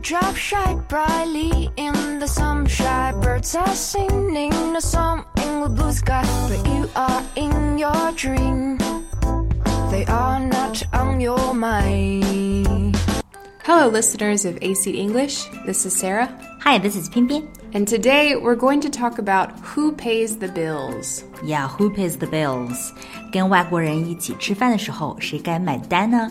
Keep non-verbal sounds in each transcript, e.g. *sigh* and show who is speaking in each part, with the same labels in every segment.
Speaker 1: drop shine brightly in the sunshine. Birds are singing a song in the blue sky, but you are in your dream. They are not on your mind.
Speaker 2: Hello, listeners of AC English. This is Sarah,
Speaker 3: Hi, this is 偏偏。
Speaker 2: and today we're going to talk about who pays the bills.
Speaker 3: Yeah, who pays the bills？跟外国人一起吃饭的时候，谁该买单呢？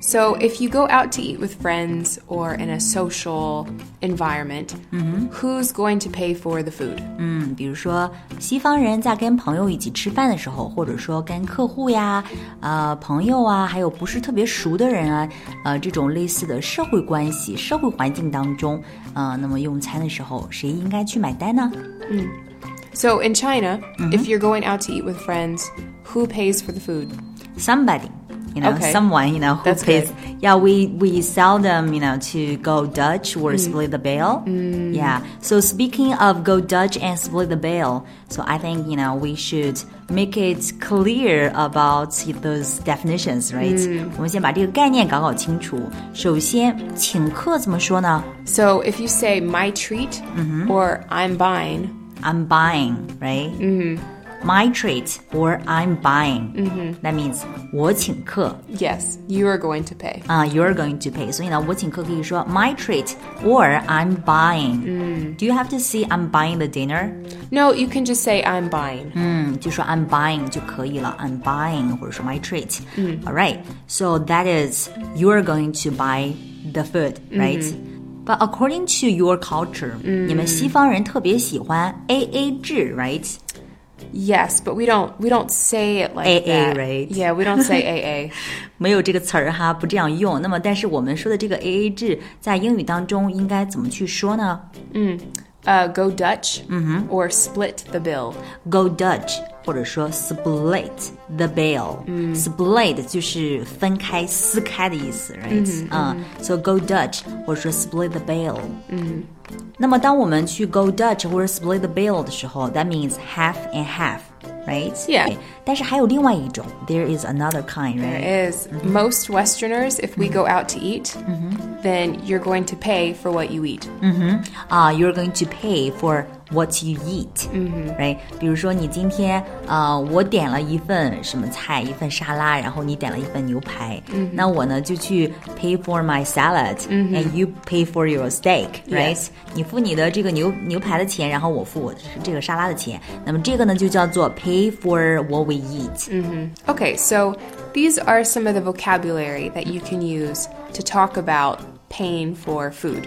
Speaker 2: So, if you go out to eat with friends or in a social environment, who's going to pay for the food?
Speaker 3: 嗯，比如说西方人在跟朋友一起吃饭的时候，或者说跟客户呀、呃朋友啊，还有不是特别熟的人啊，呃这种类似的社会关系、社会环境当中，呃，那么用餐的时候，谁应该去买单呢？
Speaker 2: So, in China, if you're going out to eat with friends, who pays for the food?
Speaker 3: somebody you know
Speaker 2: Okay.
Speaker 3: someone you know who
Speaker 2: That's
Speaker 3: pays
Speaker 2: good.
Speaker 3: yeah we we seldom you know to go dutch or
Speaker 2: Mm.
Speaker 3: split the bill yeah so speaking of go dutch and split the bill so i think you know we should make it clear about those definitions right
Speaker 2: Mm.
Speaker 3: 我们先把这个概念搞搞清楚。首先，请客怎么说呢？
Speaker 2: So, if you say my treat or I'm buying,
Speaker 3: I'm buying, right?
Speaker 2: Mm-hmm.
Speaker 3: My treat or I'm buying. That means 我请客。
Speaker 2: yes, you are going to pay.
Speaker 3: 啊、y o u r e going to pay。所以呢，我请客可以说 my treat or I'm buying。嗯，Do you have to say I'm buying the dinner？
Speaker 2: No, you can just say I'm buying.
Speaker 3: 嗯，就说 I'm buying 就可以了，I'm buying 或者说 my treat。嗯，All right，so that is you are going to buy the food, right？、But according to your culture，、你们西方人特别喜欢 A A 制，right？
Speaker 2: Yes, but we don't we don't say it like
Speaker 3: AA,
Speaker 2: that.
Speaker 3: right?
Speaker 2: Yeah, we don't say AA.
Speaker 3: 没有这个词儿哈，不这样用。那么，但是我们说的这个 A A 制在英语当中应该怎么去说呢？
Speaker 2: Uh, go Dutch or split the bill.
Speaker 3: go Dutch，或者说 split the bill。split 就是分开、撕开的意思，right？嗯，so go Dutch 或者说 split the bill。嗯，那么当我们去 go Dutch 或者 split the bill 的时候，that means half and half。Right?
Speaker 2: Yeah.
Speaker 3: 但是还有另外一种，there is another kind, right?
Speaker 2: There is most Westerners, if we go out to eat, then you're going to pay for what you eat.
Speaker 3: 啊、y o u r e going to pay for what you eat，嗯、right？比如说你今天呃，我点了一份什么菜，一份沙拉，然后你点了一份牛排，那我呢就去 pay for my salad，嗯、and you pay for your steak，right？、
Speaker 2: Yes
Speaker 3: 你付你的这个牛牛排的钱，然后我付我的这个沙拉的钱，那么这个呢就叫做 pay for what we eat，嗯
Speaker 2: Okay, so these are some of the vocabulary that you can use to talk about paying for food.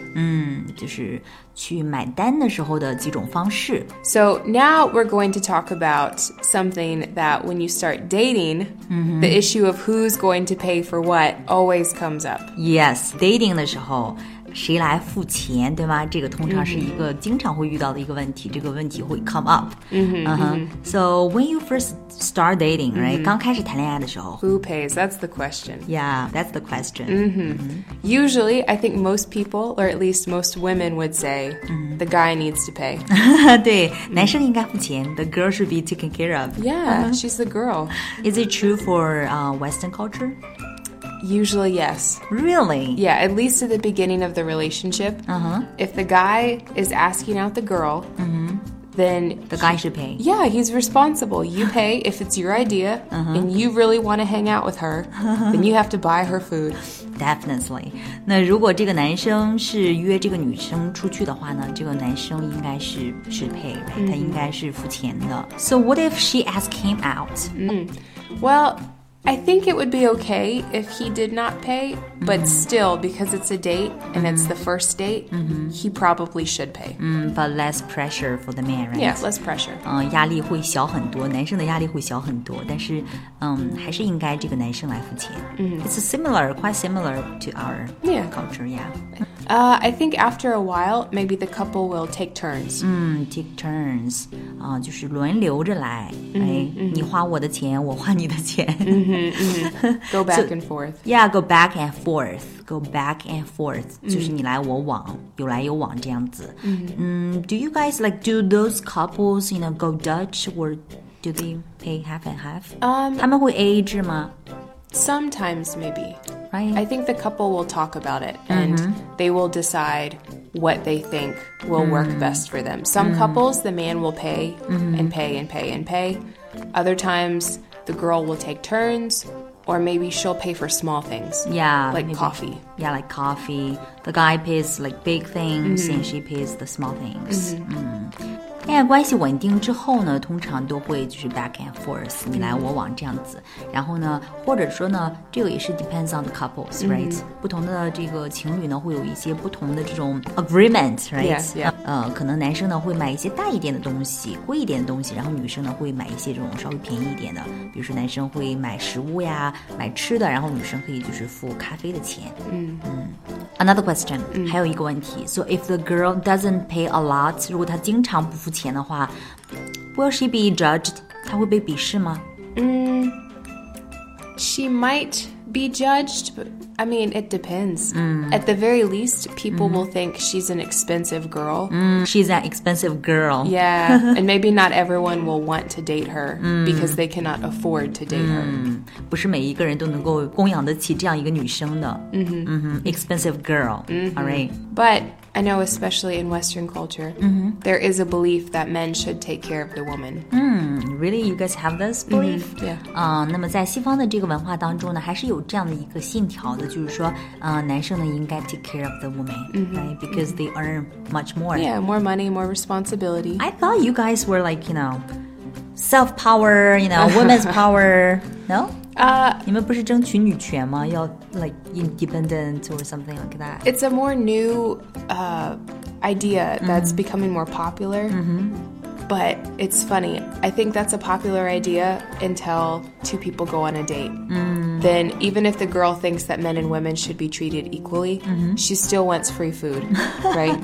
Speaker 3: 就是去买单的时候的几种方式。
Speaker 2: So now we're going to talk about something that when you start dating, the issue of who's going to pay for what always comes up.
Speaker 3: Yes, dating 的时候，谁来付钱，对吗？这个通常是一个经常会遇到的一个问题，这个问题会 come up。嗯哼，So when you first start dating, right？刚开始谈恋爱的时候
Speaker 2: Who pays? That's the question.
Speaker 3: ，Yeah, that's the question.
Speaker 2: Usually, I think most people, or at least most women, would say the guy needs to pay.
Speaker 3: *laughs* 对，男生应该付钱，the girl should be taken care of.
Speaker 2: Yeah, she's the girl.
Speaker 3: Is it true for uh, Western culture?
Speaker 2: Usually, yes.
Speaker 3: Really?
Speaker 2: Yeah, at least at the beginning of the relationship. Uh-huh. If the guy is asking out the girl, then
Speaker 3: The guy should pay.
Speaker 2: yeah, he's responsible. You pay if it's your idea and you really want to hang out with her, then you have to buy her food.
Speaker 3: Definitely. 那如果这个男生是约这个女生出去的话呢，这个男生应该是是 pay，、他应该是付钱的。So what if she asked him out？、
Speaker 2: Well, I think it would be okay if he did not pay, but still, because it's a date and it's the first date, he probably should pay.
Speaker 3: 嗯 But less pressure for the man, right?
Speaker 2: Yeah, less pressure.
Speaker 3: 嗯、压力会小很多，男生的压力会小很多，但是，嗯，还是应该这个男生来付钱。嗯，It's similar, quite similar to our
Speaker 2: Yeah.
Speaker 3: culture, yeah.
Speaker 2: Uh, I think after a while, maybe the couple will take turns.
Speaker 3: 嗯，take turns，啊、就是轮流着来，哎，你花我的钱，我花你的钱。
Speaker 2: Go back and forth.
Speaker 3: Yeah, go back and forth. Go back and forth. 就是你来我往，有来有往这样子。嗯 do you guys like do those couples, you know, go Dutch or do they pay half and half?
Speaker 2: Um,
Speaker 3: 他们会 AA 制吗？
Speaker 2: Sometimes maybe.
Speaker 3: right?
Speaker 2: I think the couple will talk about it and
Speaker 3: Mm-hmm.
Speaker 2: they will decide what they think will work
Speaker 3: Mm.
Speaker 2: best for them. Some couples, the man will pay
Speaker 3: Mm-hmm.
Speaker 2: and pay and pay and pay. Other times, the girl will take turns or maybe she'll pay for small things.
Speaker 3: Yeah,
Speaker 2: Like
Speaker 3: maybe.
Speaker 2: coffee.
Speaker 3: Yeah, like coffee. The guy pays like big things,
Speaker 2: Mm-hmm.
Speaker 3: and she pays the small things. 嗯恋爱关系稳定之后呢，通常都会就是 back and forth，你
Speaker 2: 嗯
Speaker 3: 来我往这样子。然后呢，或者说呢，这个也是 depends on the
Speaker 2: 嗯
Speaker 3: couples，right？、不同的这个情侣呢，会有一些不同的这种 agreement，right？
Speaker 2: Yes, yeah.
Speaker 3: 呃，可能男生呢会买一些大一点的东西，贵一点的东西，然后女生呢会买一些这种稍微便宜一点的，比如说男生会买食物呀，买吃的，然后女生可以就是付咖啡的钱。嗯 Another question，、还有一个问题，So if the girl doesn't pay a lot，如果她经常不付钱的话，will she be judged？她会被鄙视吗？
Speaker 2: She might be judged, but I mean, it depends.
Speaker 3: Mm.
Speaker 2: At the very least, people
Speaker 3: Mm-hmm.
Speaker 2: will think she's an expensive girl.
Speaker 3: 嗯，She's an expensive girl。 *laughs*
Speaker 2: Yeah, and maybe not everyone will want to date her
Speaker 3: Mm.
Speaker 2: because they cannot afford to date her.
Speaker 3: 不是每一个人都能够供养得起这样一个女生的。嗯哼，嗯哼，expensive girl。嗯，all right。
Speaker 2: But I know, especially in Western culture, there is a belief that men should take care of the woman.
Speaker 3: Really, you guys have this belief?
Speaker 2: yeah.
Speaker 3: 嗯、那么在西方的这个文化当中呢，还是有这样的一个信条的，就是说，呃，男生呢应该 take care of the woman，、right? Because they earn much more.
Speaker 2: Yeah, more money, more responsibility.
Speaker 3: I thought you guys were like, you know, self power, you know, women's power. No?
Speaker 2: 呃
Speaker 3: 你们不是争取女权吗？要 like independent or something like that.
Speaker 2: it's a more new uh, idea that's becoming more popular. But it's funny. I think that's a popular idea until two people go on a date. Then, even if the girl thinks that men and women should be treated equally, she still wants free food, right?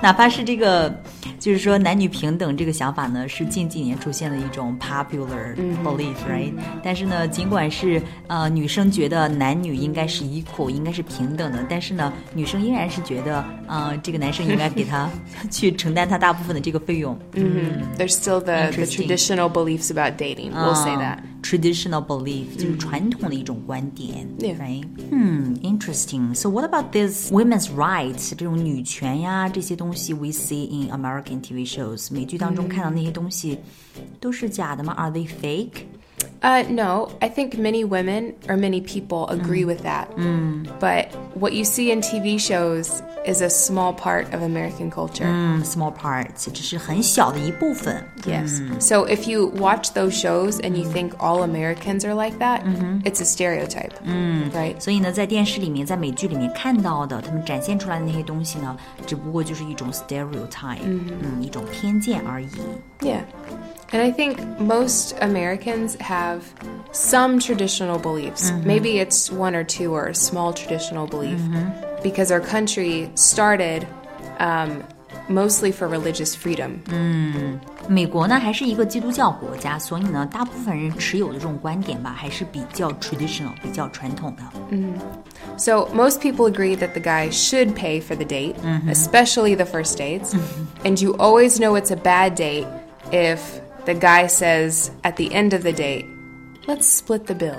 Speaker 3: 哪怕是这个，就是说男女平等这个想法呢，是近几年出现的一种 popular belief，right？、但是呢，尽管是呃女生觉得男女应该是 equal，应该是平等的，但是呢，女生依然是觉得，呃，这个男生应该给他 *laughs* 去承担他大部分的这个费用。
Speaker 2: There's still the, the
Speaker 3: Interesting. Ah.
Speaker 2: traditional beliefs about dating. We'll say that.
Speaker 3: Um,
Speaker 2: Mm.
Speaker 3: traditional belief 就是传统的一种观点
Speaker 2: Yeah.
Speaker 3: right? 嗯，interesting. So what about this women's rights 这种女权呀这些东西 we see in American TV shows 美剧当中看到那些东西都是假的吗？Are they fake?
Speaker 2: Uh, no, I think many women or many people agree with that. But what you see in TV shows is a small part of American culture.
Speaker 3: 嗯，small Hmm, parts 只是很小的一部分。
Speaker 2: Yes. So if you watch those shows and you think all Americans are like that, it's a stereotype, right?
Speaker 3: 所以呢，在电视里面，在美剧里面看到的，他们展现出来的那些东西呢，只不过就是一种 stereotype，嗯，一种偏见而已。
Speaker 2: Yeah. And I think most Americans have some traditional beliefs. Maybe it's one or two or a small traditional belief because our country started um, mostly for religious freedom.
Speaker 3: 美国呢还是一个基督教国家，所以呢，大部分人持有的这种观点吧，还是比较 traditional，比较传统的。
Speaker 2: So most people agree that the guy should pay for the date, especially the first dates. And you always know it's a bad date if the guy says at the end of the date, "Let's split the bill."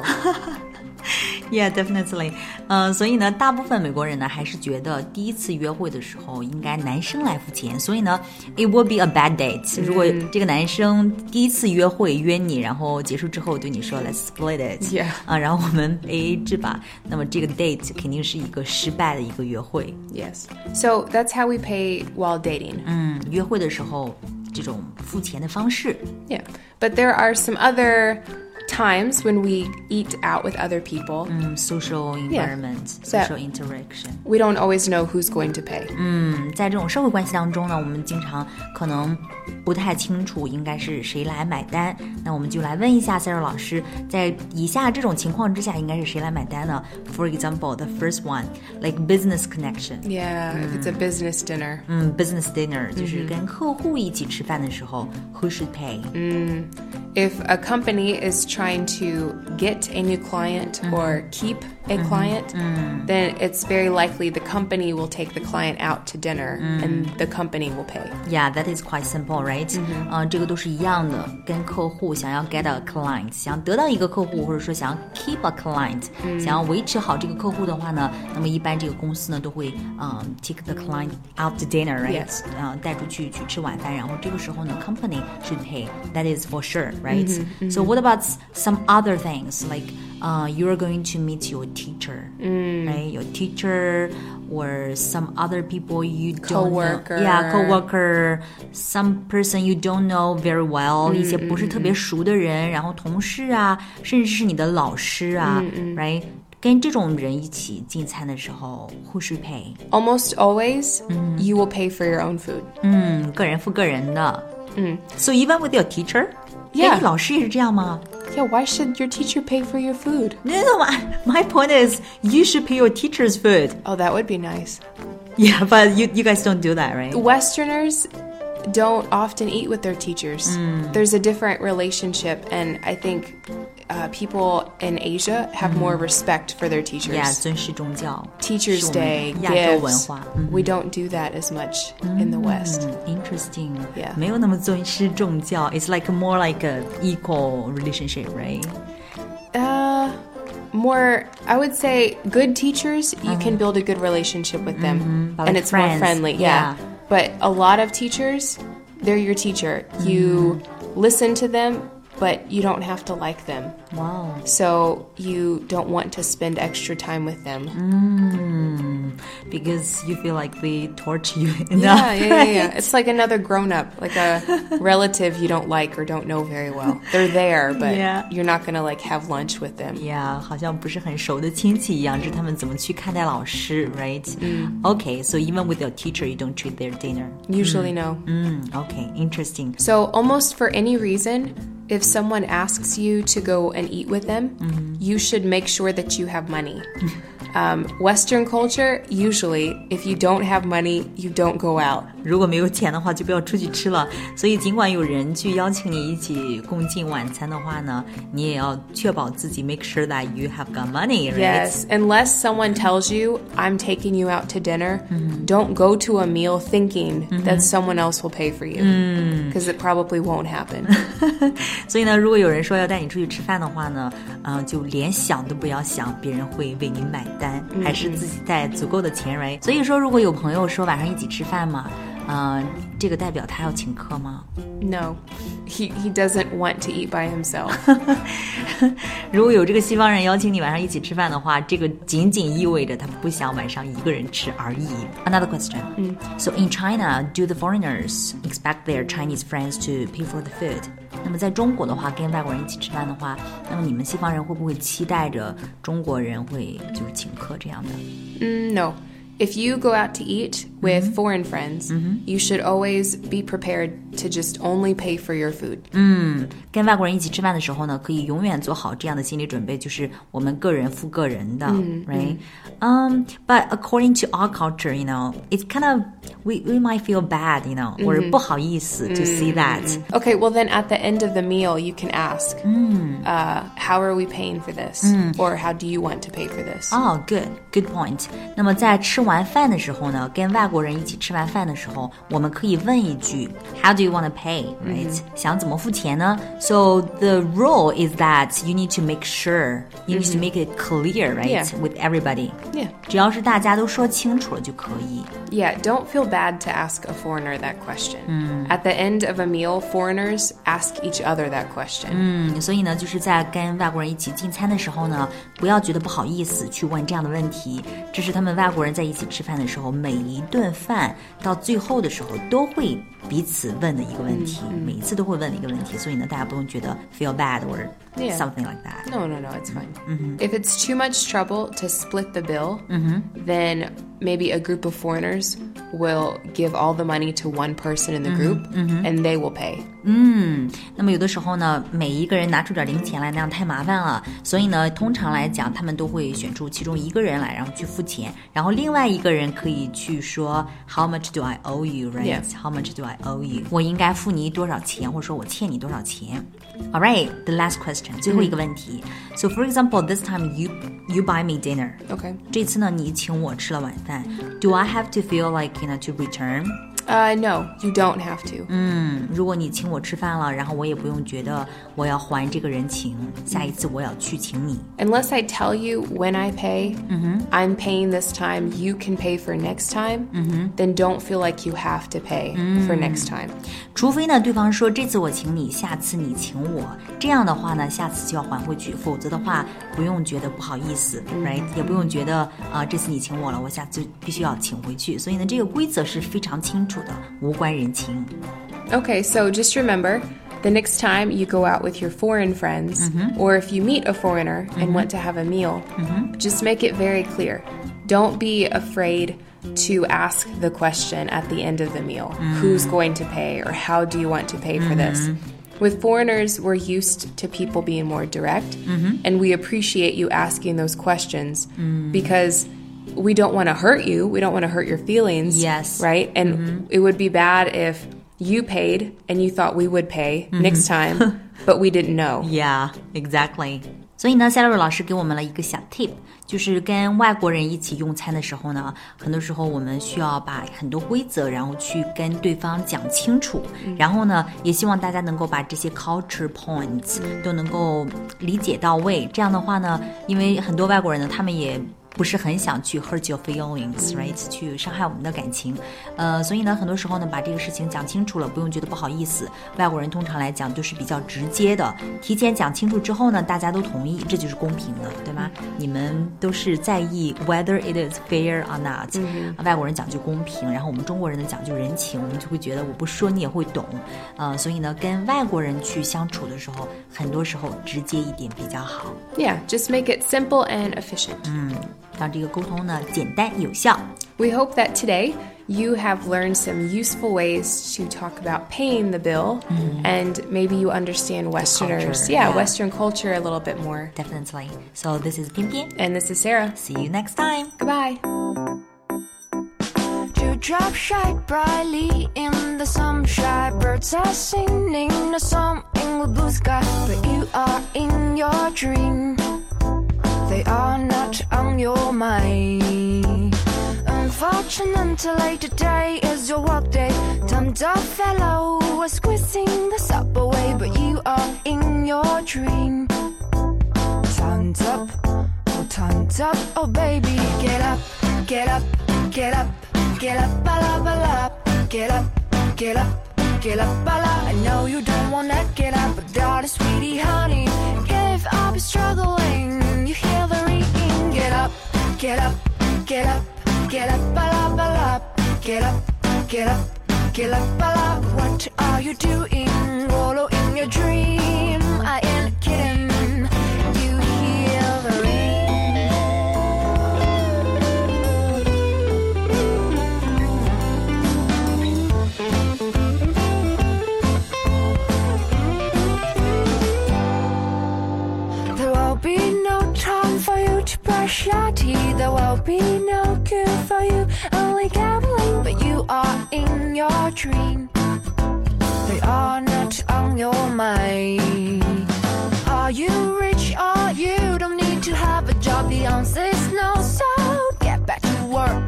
Speaker 3: Yeah, definitely. 呃，所以呢，大部分美国人呢还是觉得第一次约会的时候应该男生来付钱，所以呢，it will be a bad date。如果这个男生第一次约会约你，然后结束之后对你说 Let's split it，
Speaker 2: Yeah.
Speaker 3: 啊，然后我们 A A 制吧，那么这个 date 肯定是一个失败的一个约会。
Speaker 2: yes. So that's how we pay while dating.
Speaker 3: 嗯，约会的时候这种付钱的方式。
Speaker 2: Yeah. But there are some other times when we eat out with other people.
Speaker 3: Mm. social environment, social interaction。嗯
Speaker 2: We don't always know who's going to pay.
Speaker 3: 在这种社会关系当中呢，我们经常可能不太清楚应该是谁来买单。那我们就来问一下 Sarah 老师，在以下这种情况之下，应该是谁来买单呢？For example, the first one, like business connection，
Speaker 2: Yeah, if it's a business dinner.
Speaker 3: 嗯，business dinner 就是跟客户一起吃饭的时候，Who should pay？
Speaker 2: If a company is trying to get a new client or keep a client, then it's very likely the company will take the client out to dinner and the company will pay.
Speaker 3: Yeah, that is quite simple, right? 嗯、这个都是一样的，跟客户想要 get a client，想得到一个客户，或者说想要 keep a client，、想要维持好这个客户的话呢，那么一般这个公司呢都会嗯、take the client out to dinner，right？
Speaker 2: Yes.
Speaker 3: 然后带出去去吃晚饭，然后这个时候呢，company should pay，that is for sure，right？、So what about some other things like？Uh, you're going to meet your teacher, right? Your teacher or some other people you don't
Speaker 2: Coworker.
Speaker 3: know. Yeah, coworker, some person you don't know very well，、一
Speaker 2: Mm,
Speaker 3: 些不是特别熟的人，然后同事啊，甚至是你的老师啊、r
Speaker 2: Mm,
Speaker 3: i g h t 跟这种人一起进餐的时候，who should pay？
Speaker 2: Almost always, you will pay for your own food.
Speaker 3: 嗯，个人付个人的。嗯，So even with your teacher，
Speaker 2: Mm. Yeah.
Speaker 3: 跟你老师也是这样吗
Speaker 2: Yeah, why should your teacher pay for your food?
Speaker 3: No, no, no. My point is, you should pay your teacher's food.
Speaker 2: Oh, that would be nice.
Speaker 3: Yeah, but you you guys don't do that, right?
Speaker 2: Westerners don't often eat with their teachers. There's a different relationship, and I think uh, people in Asia have more respect for their teachers.
Speaker 3: 呀，尊师重教
Speaker 2: Teachers
Speaker 3: 是我们
Speaker 2: Day,
Speaker 3: 亚洲
Speaker 2: gifts.
Speaker 3: 文化。Mm-hmm.
Speaker 2: We don't do that as much in the West.
Speaker 3: 嗯，interesting，
Speaker 2: Yeah.
Speaker 3: 没有那么尊师重教，it's like more like a equal relationship, right?
Speaker 2: Uh, more, I would say, good teachers, you can build a good relationship with them,
Speaker 3: but
Speaker 2: and
Speaker 3: Uh-huh. Mm-hmm. like
Speaker 2: it's more
Speaker 3: friends,
Speaker 2: friendly.
Speaker 3: yeah.
Speaker 2: But a lot of teachers, they're your teacher. You
Speaker 3: Mm-hmm.
Speaker 2: listen to them, but you don't have to like them.
Speaker 3: Wow.
Speaker 2: so you don't want to spend extra time with them.
Speaker 3: Because you feel like they torture you *laughs* enough.
Speaker 2: Yeah, yeah, yeah, yeah.
Speaker 3: *laughs* right?
Speaker 2: It's like another grown up, like
Speaker 3: *laughs*
Speaker 2: a relative you don't like or don't know very well. They're there, but
Speaker 3: Yeah.
Speaker 2: you're not gonna like have lunch with them.
Speaker 3: Yeah，好像不是很熟的亲戚一样，这是他们怎么去看待老师，right？嗯，OK，so、even
Speaker 2: Mm.
Speaker 3: with your teacher, you don't treat their dinner. Mm,
Speaker 2: Usually, no.
Speaker 3: 嗯，OK，interesting、
Speaker 2: So almost for any reason, if someone asks you to go and eat with them,
Speaker 3: Mm-hmm.
Speaker 2: you should make sure that you have
Speaker 3: *laughs*
Speaker 2: money. Um, Western culture, usually, if you don't have money, you don't go out.
Speaker 3: 如果没有钱的话，就不要出去吃了。所以，尽管有人去邀请你一起共进晚餐的话呢，你也要确保自己 make sure that you have got money, right?
Speaker 2: Yes, unless someone tells you, I'm taking you out to dinner, don't go to a meal thinking that someone else will pay for you. Because it probably won't happen.
Speaker 3: 所以呢，如果有人说要带你出去吃饭的话呢，嗯、就连想都不要想，别人会为你买单，还是自己带足够的钱来。所以说，如果有朋友说晚上一起吃饭嘛，嗯、这个代表他要请客吗？
Speaker 2: no, he, he doesn't want to eat by himself.
Speaker 3: 如果有这个西方人邀请你晚上一起吃饭的话，这个仅仅意味着他不想晚上一个人吃而已。Another question. So in China, do the foreigners expect their Chinese friends to pay for the food? 那么在中国的话，跟外国人一起吃饭的话，那么你们西方人会不会期待着中国人会就是请客这样的？
Speaker 2: no. If you go out to eat with foreign friends, you should always be prepared to just only pay for your food.
Speaker 3: 跟外国人一起吃饭的时候呢，可以永远做好这样的心理准备，就是我们个人付个人的、r i g h t Um, but according to our culture, you know, it's kind of we we might feel bad, you know, or 不好意思 to see that.
Speaker 2: Okay, well, then at the end of the meal, you can ask, uh, How are we paying for this? Or how do you want to pay for this?
Speaker 3: 哦、g o o d Oh, good point。那么在吃完饭的时候呢，跟外国人一起吃完饭的时候，我们可以问一句 How do you want to pay? Right？、想怎么付钱呢？So the rule is that you need to make sure you need to make it clear, right?
Speaker 2: Yeah.
Speaker 3: With everybody.
Speaker 2: Yeah.
Speaker 3: 只要是大家都说清楚了就可以。
Speaker 2: Yeah, don't feel bad to ask a foreigner that question. At the end of a meal, foreigners ask each other that question.
Speaker 3: 嗯，所以呢，就是在跟外国人一起进餐的时候呢，不要觉得不好意思去问这样的问题。这是他们外国人在一起吃饭的时候，每一顿饭到最后的时候都会彼此问的一个问题，每一次都会问的一个问题。所以呢，大家不用觉得 feel bad or
Speaker 2: Yeah.
Speaker 3: something like that。
Speaker 2: No, no, no, it's fine. If it's too much trouble to split the bill, then maybe a group of foreigners will give all the money to one person in the group and they will pay.
Speaker 3: 那么有的时候呢，每一个人拿出点零钱来，那样太麻烦了。所以呢，通常来讲，他们都会选出其中一个人来，然后去付钱，然后另外一个人可以去说 How much do I owe you, right?
Speaker 2: Yeah.
Speaker 3: How much do I owe you? 我应该付你多少钱，或者说我欠你多少钱？All right, the last question，最后一个问题。So for example, this time you you buy me dinner.
Speaker 2: Mm-hmm. Okay.
Speaker 3: 这次呢，你请我吃了晚饭。Do I have to feel like you know to return？
Speaker 2: Uh, no, you don't have to.
Speaker 3: 如果你请我吃饭了，然后我也不用觉得我要还这个人情，下一次我要去请你。
Speaker 2: Unless I tell you when I pay, I'm paying this time, you can pay for next time, then don't feel like you have to pay for next time.
Speaker 3: 除非呢，对方说这次我请你，下次你请我，这样的话呢，下次就要还回去，否则的话不用觉得不好意思、r i g h t 也不用觉得啊、呃这次你请我了，我下次就必须要请回去。所以呢，这个规则是非常清楚的，无关人情。
Speaker 2: Okay, so just remember the next time you go out with your foreign friends, or if you meet a foreigner and want to have a meal, just make it very clear. Don't be afraid to ask the question at the end of the meal who's going to pay, or how do you want to pay for this? With foreigners, we're used to people being more direct, and we appreciate you asking those questions because we don't want to hurt you. We don't want to hurt your feelings.
Speaker 3: Yes.
Speaker 2: Right? right? And it would be bad if you paid and you thought we would pay next time, but we didn't know.
Speaker 3: Yeah, exactly. 所以呢，Sally 老师给我们了一个小 tip，就是跟外国人一起用餐的时候呢，很多时候我们需要把很多规则，然后去跟对方讲清楚。然后呢，也希望大家能够把这些 culture points 都能够理解到位。这样的话呢，因为很多外国人呢，他们也不是很想去 hurt your feelings，right？去伤害我们的感情，呃，所以呢，很多时候呢，把这个事情讲清楚了，不用觉得不好意思。外国人通常来讲都是比较直接的，提前讲清楚之后呢，大家都同意，这就是公平的，对吗？你们都是在意 whether it is fair or not，、外国人讲究公平，然后我们中国人呢讲究人情，我们就会觉得我不说你也会懂，呃，所以呢，跟外国人去相处的时候，很多时候直接一点比较好。
Speaker 2: Yeah, just make it simple and efficient.
Speaker 3: 让这个沟通呢简单有效。
Speaker 2: We hope that today you have learned some useful ways to talk about paying the bill and maybe you understand Westerners. yeah,
Speaker 3: yeah.
Speaker 2: Western culture a little bit more.
Speaker 3: Definitely. So this is 偏偏。
Speaker 2: And this is Sarah.
Speaker 3: See you next time.
Speaker 2: Goodbye.
Speaker 1: Dewdrop shine brightly in the sunshine. Birds are singing a song in the blue sky. But you are in your dream. They are not on your mind. Unfortunately, today is your work day. Timed up fellow was squeezing the subway. But you are in your dream. Time's up, oh time's up, oh baby, get up, get up, get up, get up, bala bala, get up, get up, get up, bala. I know you don't wanna get up, but darling, sweetie, honey, give up struggling. You hear the ringing, get up, get up, get up, get up, bala bala, get up, get up, get up, bala. What are you doing? Wallow in your dream. I ain't kidding. You hear the ring. There will be no time for you to brush your teeth. There will be no cure for you, only gambling. But you are in your dream. They are not on your mind. Are you rich? Are you don't need to have a job? The answer is no. So get back to work.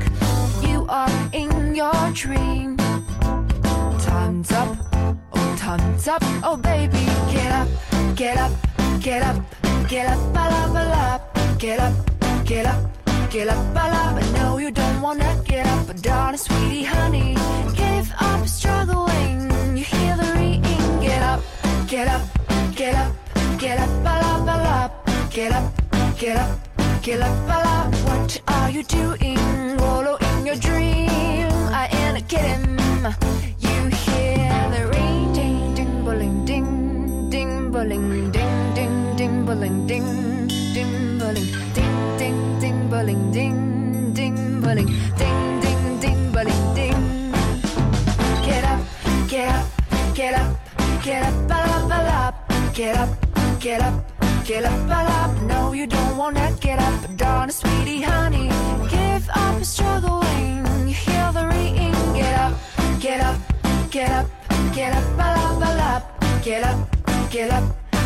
Speaker 1: You are in your dream. Time's up, oh time's up, oh baby, get up, get up, get up, get up, bala bala, get up, get up, get up, bala. But no, you don't wanna get up, but darling, sweetie, honey, give up struggling. You hear the ringing, get up, get up, get up, get up, bala bala, get up, get up, get up, bala. What are you doing? Wallow in your dream. I ain't kidding. You hear the ring, ding, ding, bowling, ding, ding, bowling, ding, ding, ding, bowling, ding, ding, bowling, ding, ding, ding, bowling, ding, ding, bowling, ding, ding, ding, bowling, ding. Get up, get up, get up, get up, bala, bala, get up, get up, get up, bala. No, you don't wanna get up, but darling, sweetie, honey, give up struggling. You hear the ringing. Get up, get up, get up, get up, bala, bala, get up, get up,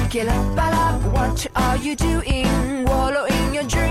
Speaker 1: get up, bala. What are you doing? Wallow in your dream.